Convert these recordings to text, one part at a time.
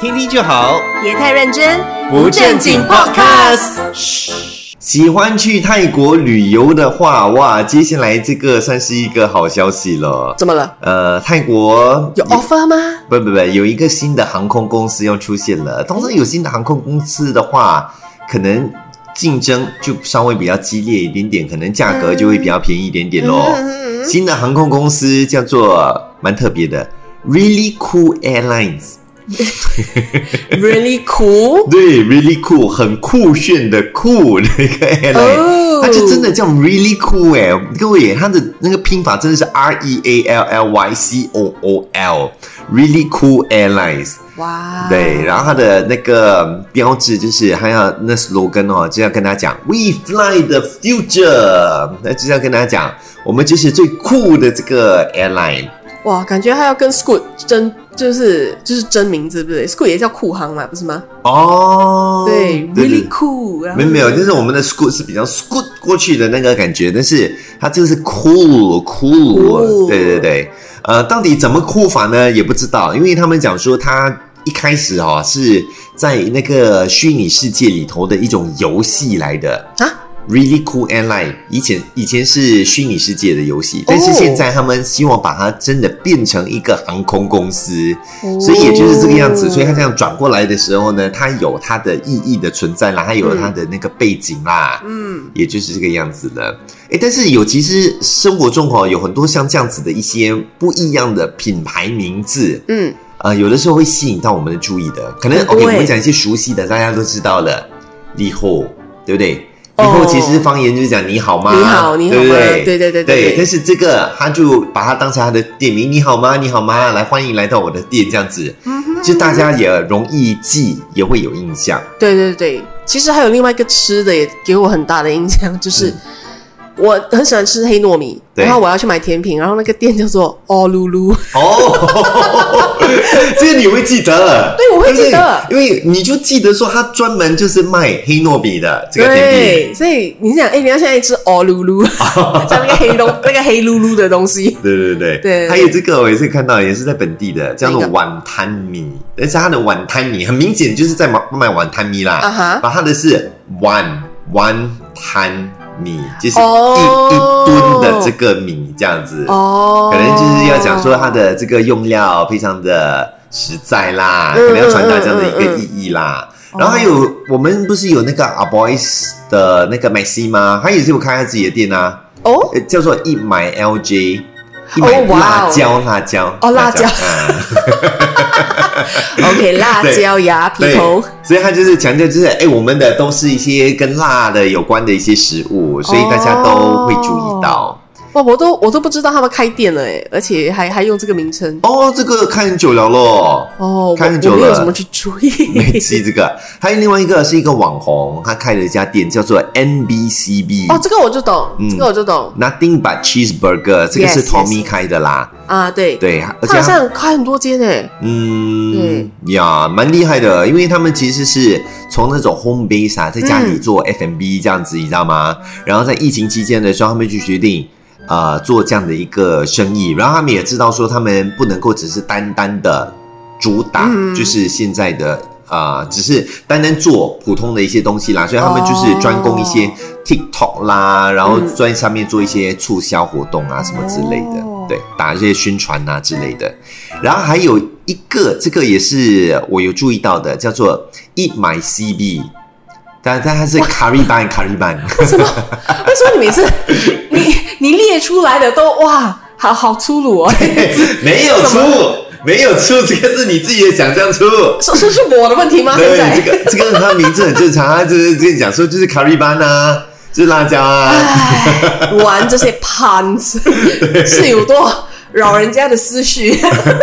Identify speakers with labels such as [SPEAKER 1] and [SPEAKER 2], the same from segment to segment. [SPEAKER 1] 听听就好，
[SPEAKER 2] 别太认真，
[SPEAKER 1] 不正经 podcast。喜欢去泰国旅游的话，哇，接下来这个算是一个好消息了。
[SPEAKER 2] 怎么了？
[SPEAKER 1] 呃，泰国
[SPEAKER 2] 有 offer 吗？
[SPEAKER 1] 不不不，有一个新的航空公司要出现了。通常有新的航空公司的话，可能竞争就稍微比较激烈一点点，可能价格就会比较便宜一点点咯。
[SPEAKER 2] 嗯
[SPEAKER 1] 新的航空公司叫做蛮特别的，Really Cool Airlines。
[SPEAKER 2] Really cool，
[SPEAKER 1] 对，really cool，很酷炫的酷那个 airline，、
[SPEAKER 2] 哦
[SPEAKER 1] 它啊就真的叫 really cool 哎、各位，它的那个拼法真的是 R E A L L Y C O O L，really cool airlines。
[SPEAKER 2] 哇！
[SPEAKER 1] 对，然后它的那个标志就是还有那 slogan 哦，就要跟大家讲 We fly the future，那就是要跟大家讲，我们就是最酷的这个 airline。
[SPEAKER 2] 哇，感觉他要跟 Scoot 真就是就是真名字，对不对？Scoot 也叫酷航嘛，不是吗？
[SPEAKER 1] 哦，
[SPEAKER 2] 对
[SPEAKER 1] 对
[SPEAKER 2] ，Really cool，然后
[SPEAKER 1] 没有没有，就是我们的 scoot 是比较 scoot 过去的那个感觉，但是它这个是 cool cool，
[SPEAKER 2] Cool
[SPEAKER 1] 对对对，呃，到底怎么酷法呢？也不知道，因为他们讲说它一开始哦是在那个虚拟世界里头的一种游戏来的。
[SPEAKER 2] 啊，
[SPEAKER 1] Really Cool Airline，以前以前是虚拟世界的游戏，但是现在他们希望把它真的变成一个航空公司，所以也就是这个样子。
[SPEAKER 2] 哦
[SPEAKER 1] 所以它这样转过来的时候呢，它有它的意义的存在啦，它有它的那个背景啦，
[SPEAKER 2] 嗯，
[SPEAKER 1] 也就是这个样子了。诶，但是有其实生活中哦，有很多像这样子的一些不一样的品牌名字，
[SPEAKER 2] 嗯，
[SPEAKER 1] 呃，有的时候会吸引到我们的注意的。可能
[SPEAKER 2] 很多
[SPEAKER 1] OK，我
[SPEAKER 2] 欸
[SPEAKER 1] 们讲一些熟悉的，大家都知道了，你好，对不对？你
[SPEAKER 2] 哦
[SPEAKER 1] 好，其实方言就是讲你好吗？
[SPEAKER 2] 你好，你好
[SPEAKER 1] 对
[SPEAKER 2] 吗
[SPEAKER 1] 不？对？
[SPEAKER 2] 对对对
[SPEAKER 1] 对，但
[SPEAKER 2] 对，
[SPEAKER 1] 是这个他就把它当成他的店名，你好吗？你好吗？来，欢迎来到我的店，这样子，
[SPEAKER 2] 嗯
[SPEAKER 1] 就大家也容易记，也会有印象。
[SPEAKER 2] 对对对。其实还有另外一个吃的也给我很大的印象，就是。我很喜欢吃黑糯米，
[SPEAKER 1] 嗯对
[SPEAKER 2] 然后我要去买甜品，然后那个店叫做哦 噜噜，
[SPEAKER 1] 哦，这个你会记得，
[SPEAKER 2] 对我会记得
[SPEAKER 1] 对不对因为你就记得说他专门就是卖黑诺比的这个甜品。
[SPEAKER 2] 对，所以你想，哎、你要现在吃哦噜 噜，像那个黑东那个黑噜噜的东西，
[SPEAKER 1] 对对对
[SPEAKER 2] 对
[SPEAKER 1] 还有这个我也是看到，也是在本地的，叫做
[SPEAKER 2] 哪一个
[SPEAKER 1] 碗摊米，但是它的碗摊米很明显就是在卖卖碗摊米啦，
[SPEAKER 2] 啊哈
[SPEAKER 1] 把它的是碗碗摊米，就是一、
[SPEAKER 2] 哦
[SPEAKER 1] 一吨的这个米这样子，
[SPEAKER 2] 哦，
[SPEAKER 1] 可能就是要讲说它的这个用料非常的实在啦，
[SPEAKER 2] 嗯
[SPEAKER 1] 可能要传达这样的一
[SPEAKER 2] 嗯
[SPEAKER 1] 个
[SPEAKER 2] 嗯
[SPEAKER 1] 意义啦。
[SPEAKER 2] 哦
[SPEAKER 1] 然后还有，我们不是有那个 A Boys 的那个 Maxi 吗？他也是有开他自己的店啊。
[SPEAKER 2] 哦，
[SPEAKER 1] 呃，叫做一买 LJ，一买
[SPEAKER 2] 哦哇哦
[SPEAKER 1] 辣椒，辣椒，
[SPEAKER 2] 哦辣 椒
[SPEAKER 1] 啊
[SPEAKER 2] OK，辣椒牙皮
[SPEAKER 1] 对
[SPEAKER 2] 头，，
[SPEAKER 1] 所以他就是强调，就是哎、我们的都是一些跟辣的有关的一些食物，所以大家都会注意
[SPEAKER 2] 哦
[SPEAKER 1] 到。
[SPEAKER 2] 哇，我都我都不知道他们开店了哎，而且还还用这个名称
[SPEAKER 1] 哦，这个看很久了咯。
[SPEAKER 2] 哦，我
[SPEAKER 1] 开很久
[SPEAKER 2] 我没有
[SPEAKER 1] 了
[SPEAKER 2] 怎么去注
[SPEAKER 1] 没
[SPEAKER 2] 意。
[SPEAKER 1] 记这个，还有另外一个是一个网红，他开了一家店叫
[SPEAKER 2] 哦
[SPEAKER 1] 做 NBCB，、
[SPEAKER 2] 哦，这个我就懂，
[SPEAKER 1] 嗯
[SPEAKER 2] 这个我就懂
[SPEAKER 1] Nothing But Cheeseburger，这个
[SPEAKER 2] Yes,
[SPEAKER 1] 是
[SPEAKER 2] yes
[SPEAKER 1] Tommy 开的啦。
[SPEAKER 2] 啊，对，
[SPEAKER 1] 对，而且他
[SPEAKER 2] 他好像开很多间哎，
[SPEAKER 1] 嗯，呀，蛮厉害的，因为他们其实是从那种 home base 啊，在家里
[SPEAKER 2] 嗯
[SPEAKER 1] 做 F&B 这样子，你知道吗？然后在疫情期间的时候，他们就决定呃做这样的一个生意，然后他们也知道说他们不能够只是单单的主打，
[SPEAKER 2] 嗯
[SPEAKER 1] 就是现在的。呃，只是单单做普通的一些东西啦，所以他们就是专攻一些
[SPEAKER 2] 哦
[SPEAKER 1] TikTok 啦，然后
[SPEAKER 2] 嗯
[SPEAKER 1] 在上面做一些促销活动啊什么之类的，
[SPEAKER 2] 哦
[SPEAKER 1] 对，打这些宣传啊之类的。然后还有一个，这个也是我有注意到的，叫做一买 CB，但但它是 curry 版 curry 版，
[SPEAKER 2] 什么？ 为什么你每次你你列出来的都哇，好好粗鲁哦，
[SPEAKER 1] 没有出，没有出，这个是你自己的想象出。
[SPEAKER 2] 是是是我的问题吗？哦现
[SPEAKER 1] 对，
[SPEAKER 2] 在
[SPEAKER 1] 这个这个它名字很正常，它就是跟你讲说就是 curry 版啊，就是辣椒啊，
[SPEAKER 2] 唉， 玩这些盘子是有多扰人家的思绪。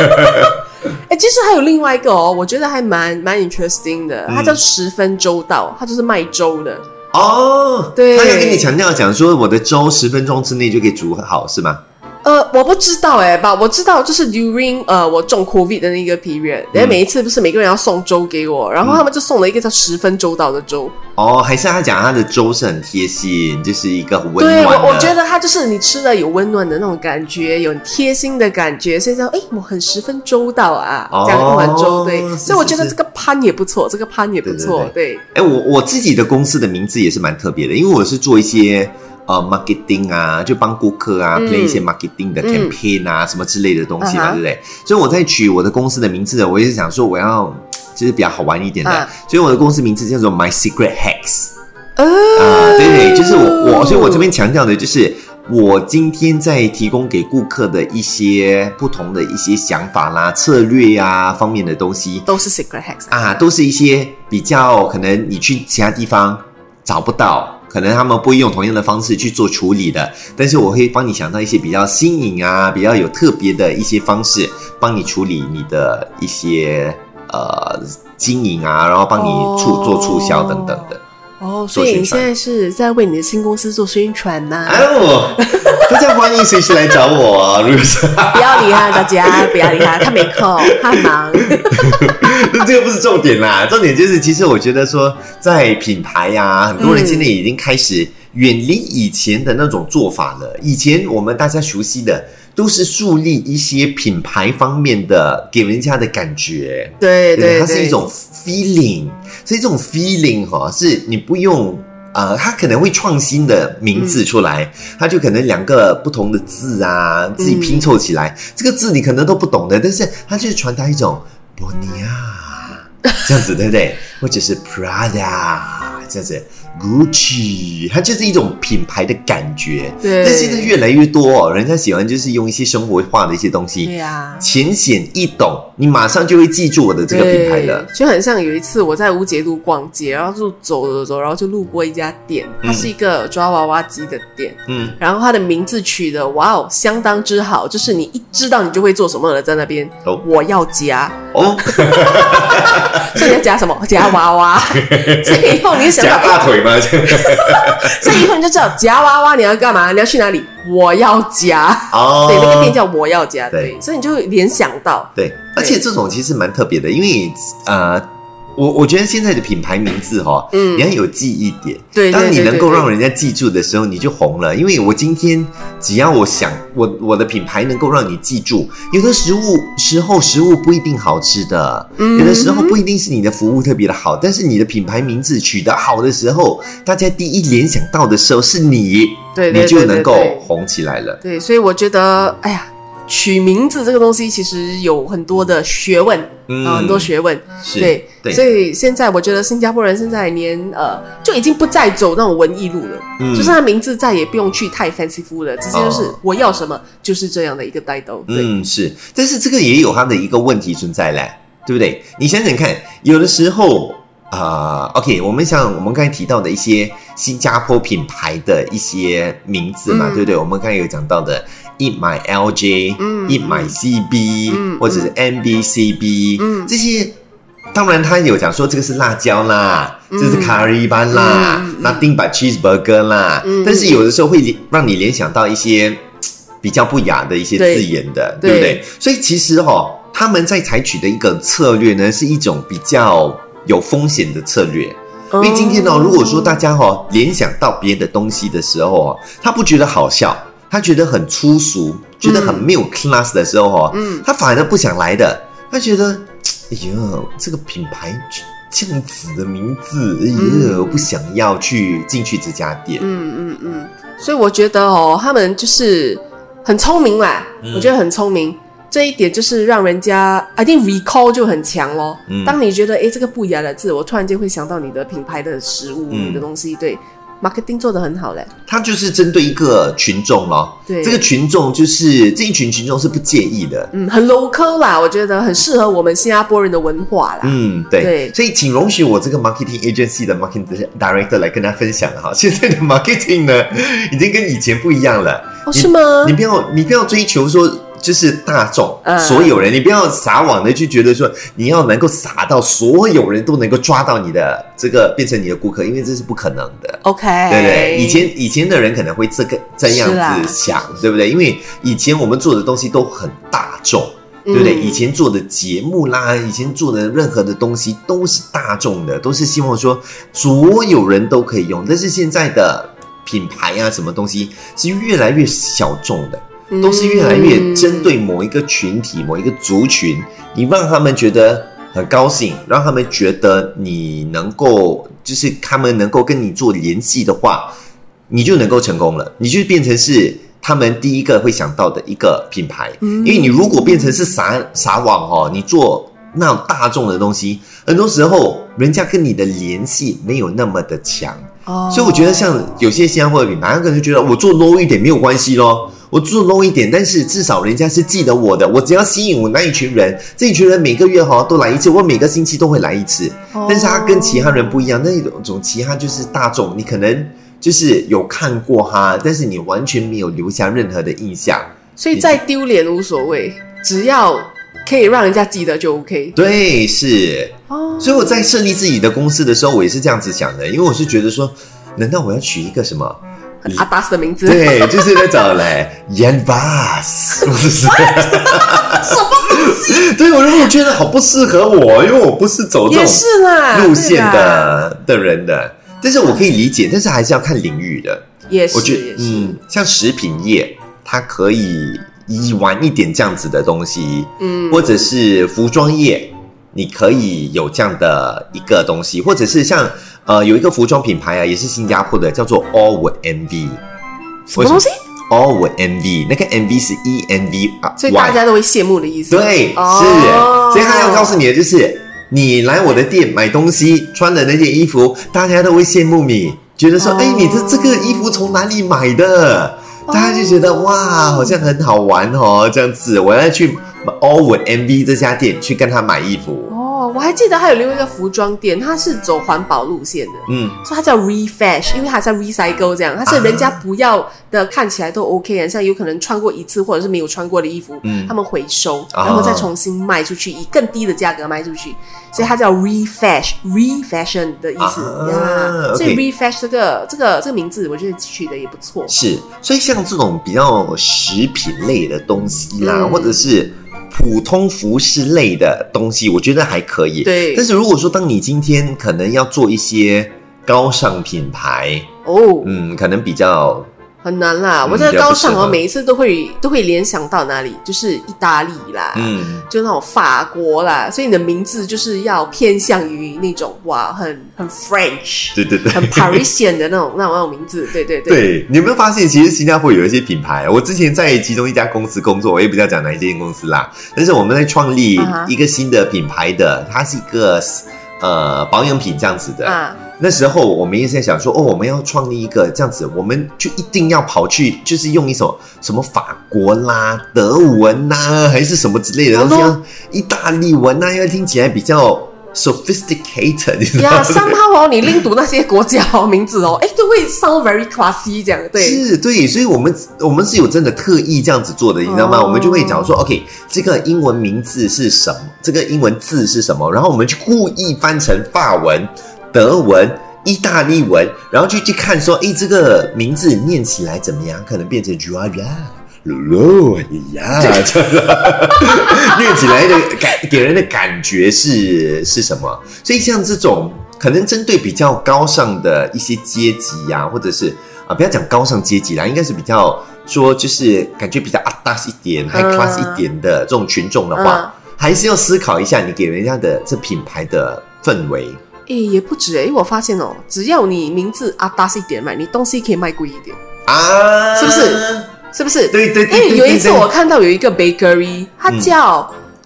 [SPEAKER 2] 哎、其实还有另外一个哦，我觉得还蛮蛮 interesting 的，
[SPEAKER 1] 嗯
[SPEAKER 2] 它叫十分周到，它就是卖粥的。
[SPEAKER 1] 哦，
[SPEAKER 2] 对
[SPEAKER 1] 他要跟你强调讲说我的粥十分钟之内就可以煮好是吗？
[SPEAKER 2] 呃，呃，我不知道哎、吧，我知道就是 during 呃我中 COVID 的那个 period，然后
[SPEAKER 1] 嗯
[SPEAKER 2] 每一次不是每个人要送粥给我，然后他们就送了一个叫十分周到的粥。
[SPEAKER 1] 哦，还是他讲他的粥是很贴心，就是一个很温
[SPEAKER 2] 对
[SPEAKER 1] 暖
[SPEAKER 2] 我，我
[SPEAKER 1] 的
[SPEAKER 2] 觉得它就是你吃了有温暖的那种感觉，有贴心的感觉，所以说，哎，我很十分周到啊，
[SPEAKER 1] 哦
[SPEAKER 2] 这样用完粥，对，
[SPEAKER 1] 是
[SPEAKER 2] 所以我觉得
[SPEAKER 1] 是
[SPEAKER 2] 这个潘也不错，这个潘也不错，对
[SPEAKER 1] 哎，我我自己的公司的名字也是蛮特别的，因为我是做一些呃 marketing 啊，就帮顾客啊、
[SPEAKER 2] 嗯
[SPEAKER 1] play 一些 marketing 的
[SPEAKER 2] 嗯
[SPEAKER 1] campaign 啊、什么之类的东西
[SPEAKER 2] 啊
[SPEAKER 1] 嘛，
[SPEAKER 2] 哈
[SPEAKER 1] 对不对？所以我在取我的公司的名字的，我也是想说我要就是比较好玩一点的，
[SPEAKER 2] 啊
[SPEAKER 1] 所以我的公司名字叫做 My Secret Hacks
[SPEAKER 2] 呃，
[SPEAKER 1] 啊，对，就是我
[SPEAKER 2] 哦
[SPEAKER 1] 我，所以我这边强调的就是。我今天在提供给顾客的一些不同的一些想法啦、策略呀、方面的东西，
[SPEAKER 2] 都是 secret hacks 啊
[SPEAKER 1] 啊，都是一些比较可能你去其他地方找不到，可能他们不会用同样的方式去做处理的。但是我会帮你想到一些比较新颖啊、比较有特别的一些方式，帮你处理你的一些呃经营啊，然后帮你促、
[SPEAKER 2] 哦
[SPEAKER 1] 做促销等等的。
[SPEAKER 2] 哦，
[SPEAKER 1] 做
[SPEAKER 2] 所以你
[SPEAKER 1] 宣
[SPEAKER 2] 现
[SPEAKER 1] 传
[SPEAKER 2] 在是在为你的新公司做宣传吗？
[SPEAKER 1] 哎呦，大家欢迎随时来找我啊！如果是
[SPEAKER 2] 不要理他，大家不要理他，他没空，他 忙。
[SPEAKER 1] 这个不是重点啦， 重点就是，其实我觉得说，在品牌呀、很多人现在已经开始远离以前的那种做法了。以前我们大家熟悉的都是树立一些品牌方面的给人家的感觉，
[SPEAKER 2] 对对，
[SPEAKER 1] 它是
[SPEAKER 2] 对
[SPEAKER 1] 一种 feeling，所以这种 feeling 哈、是你不用。呃，它可能会创新的
[SPEAKER 2] 嗯
[SPEAKER 1] 名字出来，它就可能两个不同的字啊，自己
[SPEAKER 2] 嗯
[SPEAKER 1] 拼凑起来，这个字你可能都不懂的，但是它就是传达一种伯尼亚这样子，对不对？或者是 Prada 这样子，Gucci，它就是一种品牌的感觉。
[SPEAKER 2] 对
[SPEAKER 1] 但现在越来越多、哦，人家喜欢就是用一些生活化的一些东西，
[SPEAKER 2] 对啊呀。
[SPEAKER 1] 浅显易懂，你马上就会记住我的这个品牌了。
[SPEAKER 2] 对就很像有一次我在乌节路逛街，然后就走走走，然后就路过一家店，它
[SPEAKER 1] 嗯
[SPEAKER 2] 是一个抓娃娃机的店，
[SPEAKER 1] 嗯，
[SPEAKER 2] 然后它的名字取的哇哦相当之好，就是你一知道你就会做什么了，在那边、
[SPEAKER 1] 哦
[SPEAKER 2] 我要加，
[SPEAKER 1] 哦，
[SPEAKER 2] 所以你要加什么？夹 娃娃，所以以后你就想
[SPEAKER 1] 夹
[SPEAKER 2] 到，
[SPEAKER 1] 大腿吗？
[SPEAKER 2] 所以以后你就知道夹娃娃你要干嘛，你要去哪里？我要夹，
[SPEAKER 1] 哦，
[SPEAKER 2] 对，那个店叫我要夹，
[SPEAKER 1] 对
[SPEAKER 2] 对，所以你就会联想到，
[SPEAKER 1] 对，而且这种其实蛮特别的，因为呃，我我觉得现在的品牌名字哈、哦，
[SPEAKER 2] 嗯
[SPEAKER 1] 你要有记忆点。
[SPEAKER 2] 对，对
[SPEAKER 1] 当你
[SPEAKER 2] 对
[SPEAKER 1] 能够
[SPEAKER 2] 对
[SPEAKER 1] 让人家记住的时候，你就红了。因为我今天只要我想，我我的品牌能够让你记住。有的食物时候食物不一定好吃的，有的
[SPEAKER 2] 嗯
[SPEAKER 1] 时候不一定是你的服务特别的好，但是你的品牌名字取得好的时候，大家第一联想到的时候是你，
[SPEAKER 2] 对对
[SPEAKER 1] 你就能够
[SPEAKER 2] 对对对
[SPEAKER 1] 红起来了。
[SPEAKER 2] 对，所以我觉得，哎呀，取名字这个东西其实有很多的学问，
[SPEAKER 1] 嗯
[SPEAKER 2] 啊很多学问。
[SPEAKER 1] 是，
[SPEAKER 2] 对，
[SPEAKER 1] 对
[SPEAKER 2] 所以现在我觉得新加坡人现在连呃就已经不再走那种文艺路了，
[SPEAKER 1] 嗯
[SPEAKER 2] 就是他名字再也不用去太 fancy f o o 了，直接就是
[SPEAKER 1] 哦
[SPEAKER 2] 我要什么就是这样的一个 title。对，
[SPEAKER 1] 嗯，是，但是这个也有它的一个问题存在嘞，对不对？你想想看，有的时候啊、o k 我们像我们刚才提到的一些新加坡品牌的一些名字嘛，
[SPEAKER 2] 嗯
[SPEAKER 1] 对不对？我们刚才有讲到的，Eat My LJ，
[SPEAKER 2] 嗯
[SPEAKER 1] e a t My CB，、
[SPEAKER 2] 嗯
[SPEAKER 1] 或者是 MBCB，
[SPEAKER 2] 嗯
[SPEAKER 1] 这些。当然，他有讲说这个是辣椒啦，
[SPEAKER 2] 嗯
[SPEAKER 1] 这是卡瑞班啦
[SPEAKER 2] 嗯嗯嗯
[SPEAKER 1] ，Nothing but cheeseburger 啦。
[SPEAKER 2] 嗯
[SPEAKER 1] 但是有的时候会联让你联想到一些嘖比较不雅的一些
[SPEAKER 2] 对
[SPEAKER 1] 字眼的，
[SPEAKER 2] 对
[SPEAKER 1] 对不对？所以其实哈、哦，他们在采取的一个策略呢，是一种比较有风险的策略。因为今天呢、哦，如果说大家哈、哦、联想到别的东西的时候哦，他不觉得好笑，他觉得很粗俗，觉得很没有 class 的时候哦，
[SPEAKER 2] 嗯
[SPEAKER 1] 他反而不想来的，他觉得，哎呦，这个品牌这样子的名字，哎
[SPEAKER 2] 嗯
[SPEAKER 1] 呦，我不想要去进去这家店。
[SPEAKER 2] 嗯嗯嗯，所以我觉得哦，他们就是很聪明啦，
[SPEAKER 1] 嗯
[SPEAKER 2] 我觉得很聪明。这一点就是让人家，I think recall 就很强咯。
[SPEAKER 1] 嗯
[SPEAKER 2] 当你觉得诶这个不一样的字，我突然间会想到你的品牌的食物、
[SPEAKER 1] 嗯
[SPEAKER 2] 你的东西，对，marketing 做的很好嘞。
[SPEAKER 1] 它就是针对一个群众哦咯。
[SPEAKER 2] 对
[SPEAKER 1] 这个群众就是这一群群众是不介意的。
[SPEAKER 2] 嗯，很 local 啦，我觉得很适合我们新加坡人的文化啦。
[SPEAKER 1] 嗯，对，
[SPEAKER 2] 啊对
[SPEAKER 1] 所以请容许我这个 marketing agency 的 marketing director 来跟大家分享啊哈， 现在的 marketing 呢，已经跟以前不一样了。
[SPEAKER 2] 哦，
[SPEAKER 1] 你
[SPEAKER 2] 是吗？
[SPEAKER 1] 你不要，你不要追求说就是大众，
[SPEAKER 2] 嗯
[SPEAKER 1] 所有人，你不要撒网的去觉得说你要能够撒到所有人都能够抓到你的这个变成你的顾客，因为这是不可能的。
[SPEAKER 2] OK，
[SPEAKER 1] 对不对？以前以前的人可能会这个这样
[SPEAKER 2] 是啊啦
[SPEAKER 1] 子想，对不对？因为以前我们做的东西都很大众，对不对？
[SPEAKER 2] 嗯
[SPEAKER 1] 以前做的节目啦，以前做的任何的东西都是大众的，都是希望说所有人都可以用。但是现在的品牌啊，什么东西是越来越小众的，都是越来
[SPEAKER 2] 嗯
[SPEAKER 1] 越针对某一个群体、某一个族群，你让他们觉得很高兴，让他们觉得你能够，就是他们能够跟你做联系的话，你就能够成功了，你就变成是他们第一个会想到的一个品牌。
[SPEAKER 2] 嗯，
[SPEAKER 1] 因为你如果变成是撒撒网哦，你做那种大众的东西，很多时候人家跟你的联系没有那么的强。
[SPEAKER 2] 哦，
[SPEAKER 1] 所以我觉得像有些新加坡的品牌，他可能觉得我做 low 一点没有关系咯，我做 low 一点，但是至少人家是记得我的，我只要吸引我那一群人，这一群人每个月哈都来一次，我每个星期都会来一次。
[SPEAKER 2] 哦，
[SPEAKER 1] 但是他跟其他人不一样，那一种种其他就是大众，你可能就是有看过他，但是你完全没有留下任何的印象。
[SPEAKER 2] 所以再丢脸无所谓，只要可以让人家记得就 OK。
[SPEAKER 1] 对，是。
[SPEAKER 2] 哦，
[SPEAKER 1] 所以我在设立自己的公司的时候，我也是这样子想的，因为我是觉得说，难道我要取一个什么？
[SPEAKER 2] 阿达斯的名字，
[SPEAKER 1] 对，就是那种嘞，盐巴，不是，
[SPEAKER 2] 什么
[SPEAKER 1] 对我如果觉得好不适合我，因为我不是走这
[SPEAKER 2] 也
[SPEAKER 1] 种
[SPEAKER 2] 是啦，
[SPEAKER 1] 路线
[SPEAKER 2] 对啦，
[SPEAKER 1] 的的人的，但是我可以理解，但是还是要看领域的。
[SPEAKER 2] 也是，
[SPEAKER 1] 我觉得
[SPEAKER 2] 也，是
[SPEAKER 1] 嗯，像食品业，它可以以玩一点这样子的东西，
[SPEAKER 2] 嗯
[SPEAKER 1] 或者是服装业，你可以有这样的一个东西，或者是像呃有一个服装品牌啊，也是新加坡的，叫做 All Would MV。
[SPEAKER 2] 什么东西？
[SPEAKER 1] All Would MV，那个 MV 是 E N V 啊，
[SPEAKER 2] 所以
[SPEAKER 1] Y
[SPEAKER 2] 大家都会羡慕的意思。
[SPEAKER 1] 对、
[SPEAKER 2] 哦
[SPEAKER 1] 是，所以他要告诉你的就是，你来我的店买东西，穿的那件衣服，大家都会羡慕你，觉得说，
[SPEAKER 2] 哦
[SPEAKER 1] 哎、你这这个衣服从哪里买的？
[SPEAKER 2] 哦
[SPEAKER 1] 大家就觉得哇，好像很好玩哦，这样子，我要去 All Would MV 这家店去跟他买衣服。
[SPEAKER 2] 哦，我还记得还有另外一个服装店，它是走环保路线的，
[SPEAKER 1] 嗯，
[SPEAKER 2] 所以它叫 refash，因为它在 recycle 这样，它是人家
[SPEAKER 1] 啊
[SPEAKER 2] 不要的，看起来都 OK 的，像有可能穿过一次或者是没有穿过的衣服，
[SPEAKER 1] 嗯
[SPEAKER 2] 他们回收，然后再重新卖出去，以更低的价格卖出去，所以它叫 refash，refashion 的意思
[SPEAKER 1] 啊
[SPEAKER 2] 呀。所以
[SPEAKER 1] OK
[SPEAKER 2] refash 这个这个这个名字，我觉得取得也不错。
[SPEAKER 1] 是，所以像这种比较食品类的东西啦，
[SPEAKER 2] 嗯
[SPEAKER 1] 或者是普通服饰类的东西，我觉得还可以。
[SPEAKER 2] 对
[SPEAKER 1] 但是嗯如果说当你今天可能要做一些高尚品牌，
[SPEAKER 2] 哦，
[SPEAKER 1] 嗯，可能比较
[SPEAKER 2] 很难啦，
[SPEAKER 1] 嗯
[SPEAKER 2] 我真的
[SPEAKER 1] 比较
[SPEAKER 2] 高尚
[SPEAKER 1] 不适
[SPEAKER 2] 哦，
[SPEAKER 1] 合
[SPEAKER 2] 每一次都会都会联想到哪里，就是意大利啦，
[SPEAKER 1] 嗯
[SPEAKER 2] 就那种法国啦，所以你的名字就是要偏向于那种哇，很很 French，
[SPEAKER 1] 对对对
[SPEAKER 2] 很 Parisian 的那种那种那种名字，对对对，
[SPEAKER 1] 对，你有没有发现，其实新加坡有一些品牌，我之前在其中一家公司工作，我也不要讲哪一间公司啦。但是我们在创立
[SPEAKER 2] 啊哈
[SPEAKER 1] 一个新的品牌的，它是一个呃保养品这样子的。
[SPEAKER 2] 啊，
[SPEAKER 1] 那时候我们一直在想说，哦，我们要创立一个这样子，我们就一定要跑去，就是用一首什么法国啦、德文呐、还是什么之类的东西
[SPEAKER 2] 好
[SPEAKER 1] 啊，意大利文呐、要听起来比较 sophisticated，你 知道
[SPEAKER 2] 呀
[SPEAKER 1] 吗？
[SPEAKER 2] ，somehow 哦，你另读那些国家哦名字 哦，哎，都会 sound very classy 这样，对，
[SPEAKER 1] 是对，所以我们我们是有真的特意这样子做的，你知道吗？
[SPEAKER 2] 哦
[SPEAKER 1] 我们就会讲说，OK，这个英文名字是什么？这个英文字是什么？然后我们去故意翻成法文、德文。意大利文，然后就去看说，哎诶，这个名字念起来怎么样？可能变成 Julia、露露呀， 这样 念起来的感给人的感觉是是什么？所以像这种可能针对比较高尚的一些阶级呀、或者是啊，不要讲高尚阶级啦，应该是比较说就是感觉比较 atas 一点、high
[SPEAKER 2] 嗯
[SPEAKER 1] class 一点的这种群众的话，还是要思考一下你给人家的这品牌的氛围。
[SPEAKER 2] 哎，也不止哎，因为我发现哦，只要你名字阿达一点嘛，你东西可以卖贵一点，
[SPEAKER 1] 啊，
[SPEAKER 2] 是不是？是不是？
[SPEAKER 1] 对对对
[SPEAKER 2] 因为
[SPEAKER 1] 对
[SPEAKER 2] 有
[SPEAKER 1] 对
[SPEAKER 2] 一次
[SPEAKER 1] 对
[SPEAKER 2] 我看到有一个 bakery，它
[SPEAKER 1] 嗯
[SPEAKER 2] 叫、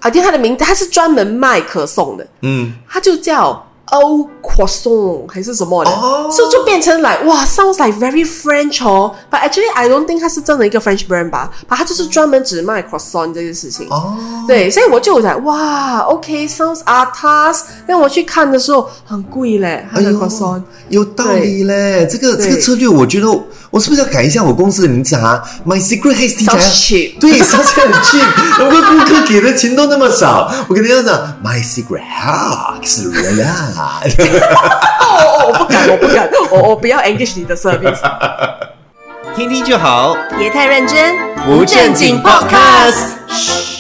[SPEAKER 2] 啊，对，它的名字它是专门卖可颂的，
[SPEAKER 1] 嗯，
[SPEAKER 2] 它就叫 O croissant 还是什么的，
[SPEAKER 1] 哦
[SPEAKER 2] 所以就变成 like 哇，sounds like very French 哦，but actually I don't think 它是真的一个 French brand 吧，把它
[SPEAKER 1] 嗯
[SPEAKER 2] 就是专门只卖 croissant 这件事情。
[SPEAKER 1] 哦，
[SPEAKER 2] 对，所以我就在哇，OK，sounds、atas。但我去看的时候很贵嘞，它
[SPEAKER 1] 哎
[SPEAKER 2] 的
[SPEAKER 1] 呦
[SPEAKER 2] croissant。
[SPEAKER 1] 有道理嘞，这个
[SPEAKER 2] 对
[SPEAKER 1] 这个策略，我觉得我是不是要改一下我公司的名字啊？My Secret Haze 听起来
[SPEAKER 2] Sounds cheap
[SPEAKER 1] 对，听起来很 cheap，难怪顾客给的钱都那么少。我跟你讲，My Secret Haze 人啊，
[SPEAKER 2] 哦，我不敢，我不敢，我我不要 engage 你的 service，
[SPEAKER 1] 听听就好，
[SPEAKER 2] 别太认真，
[SPEAKER 1] 不正经 podcast。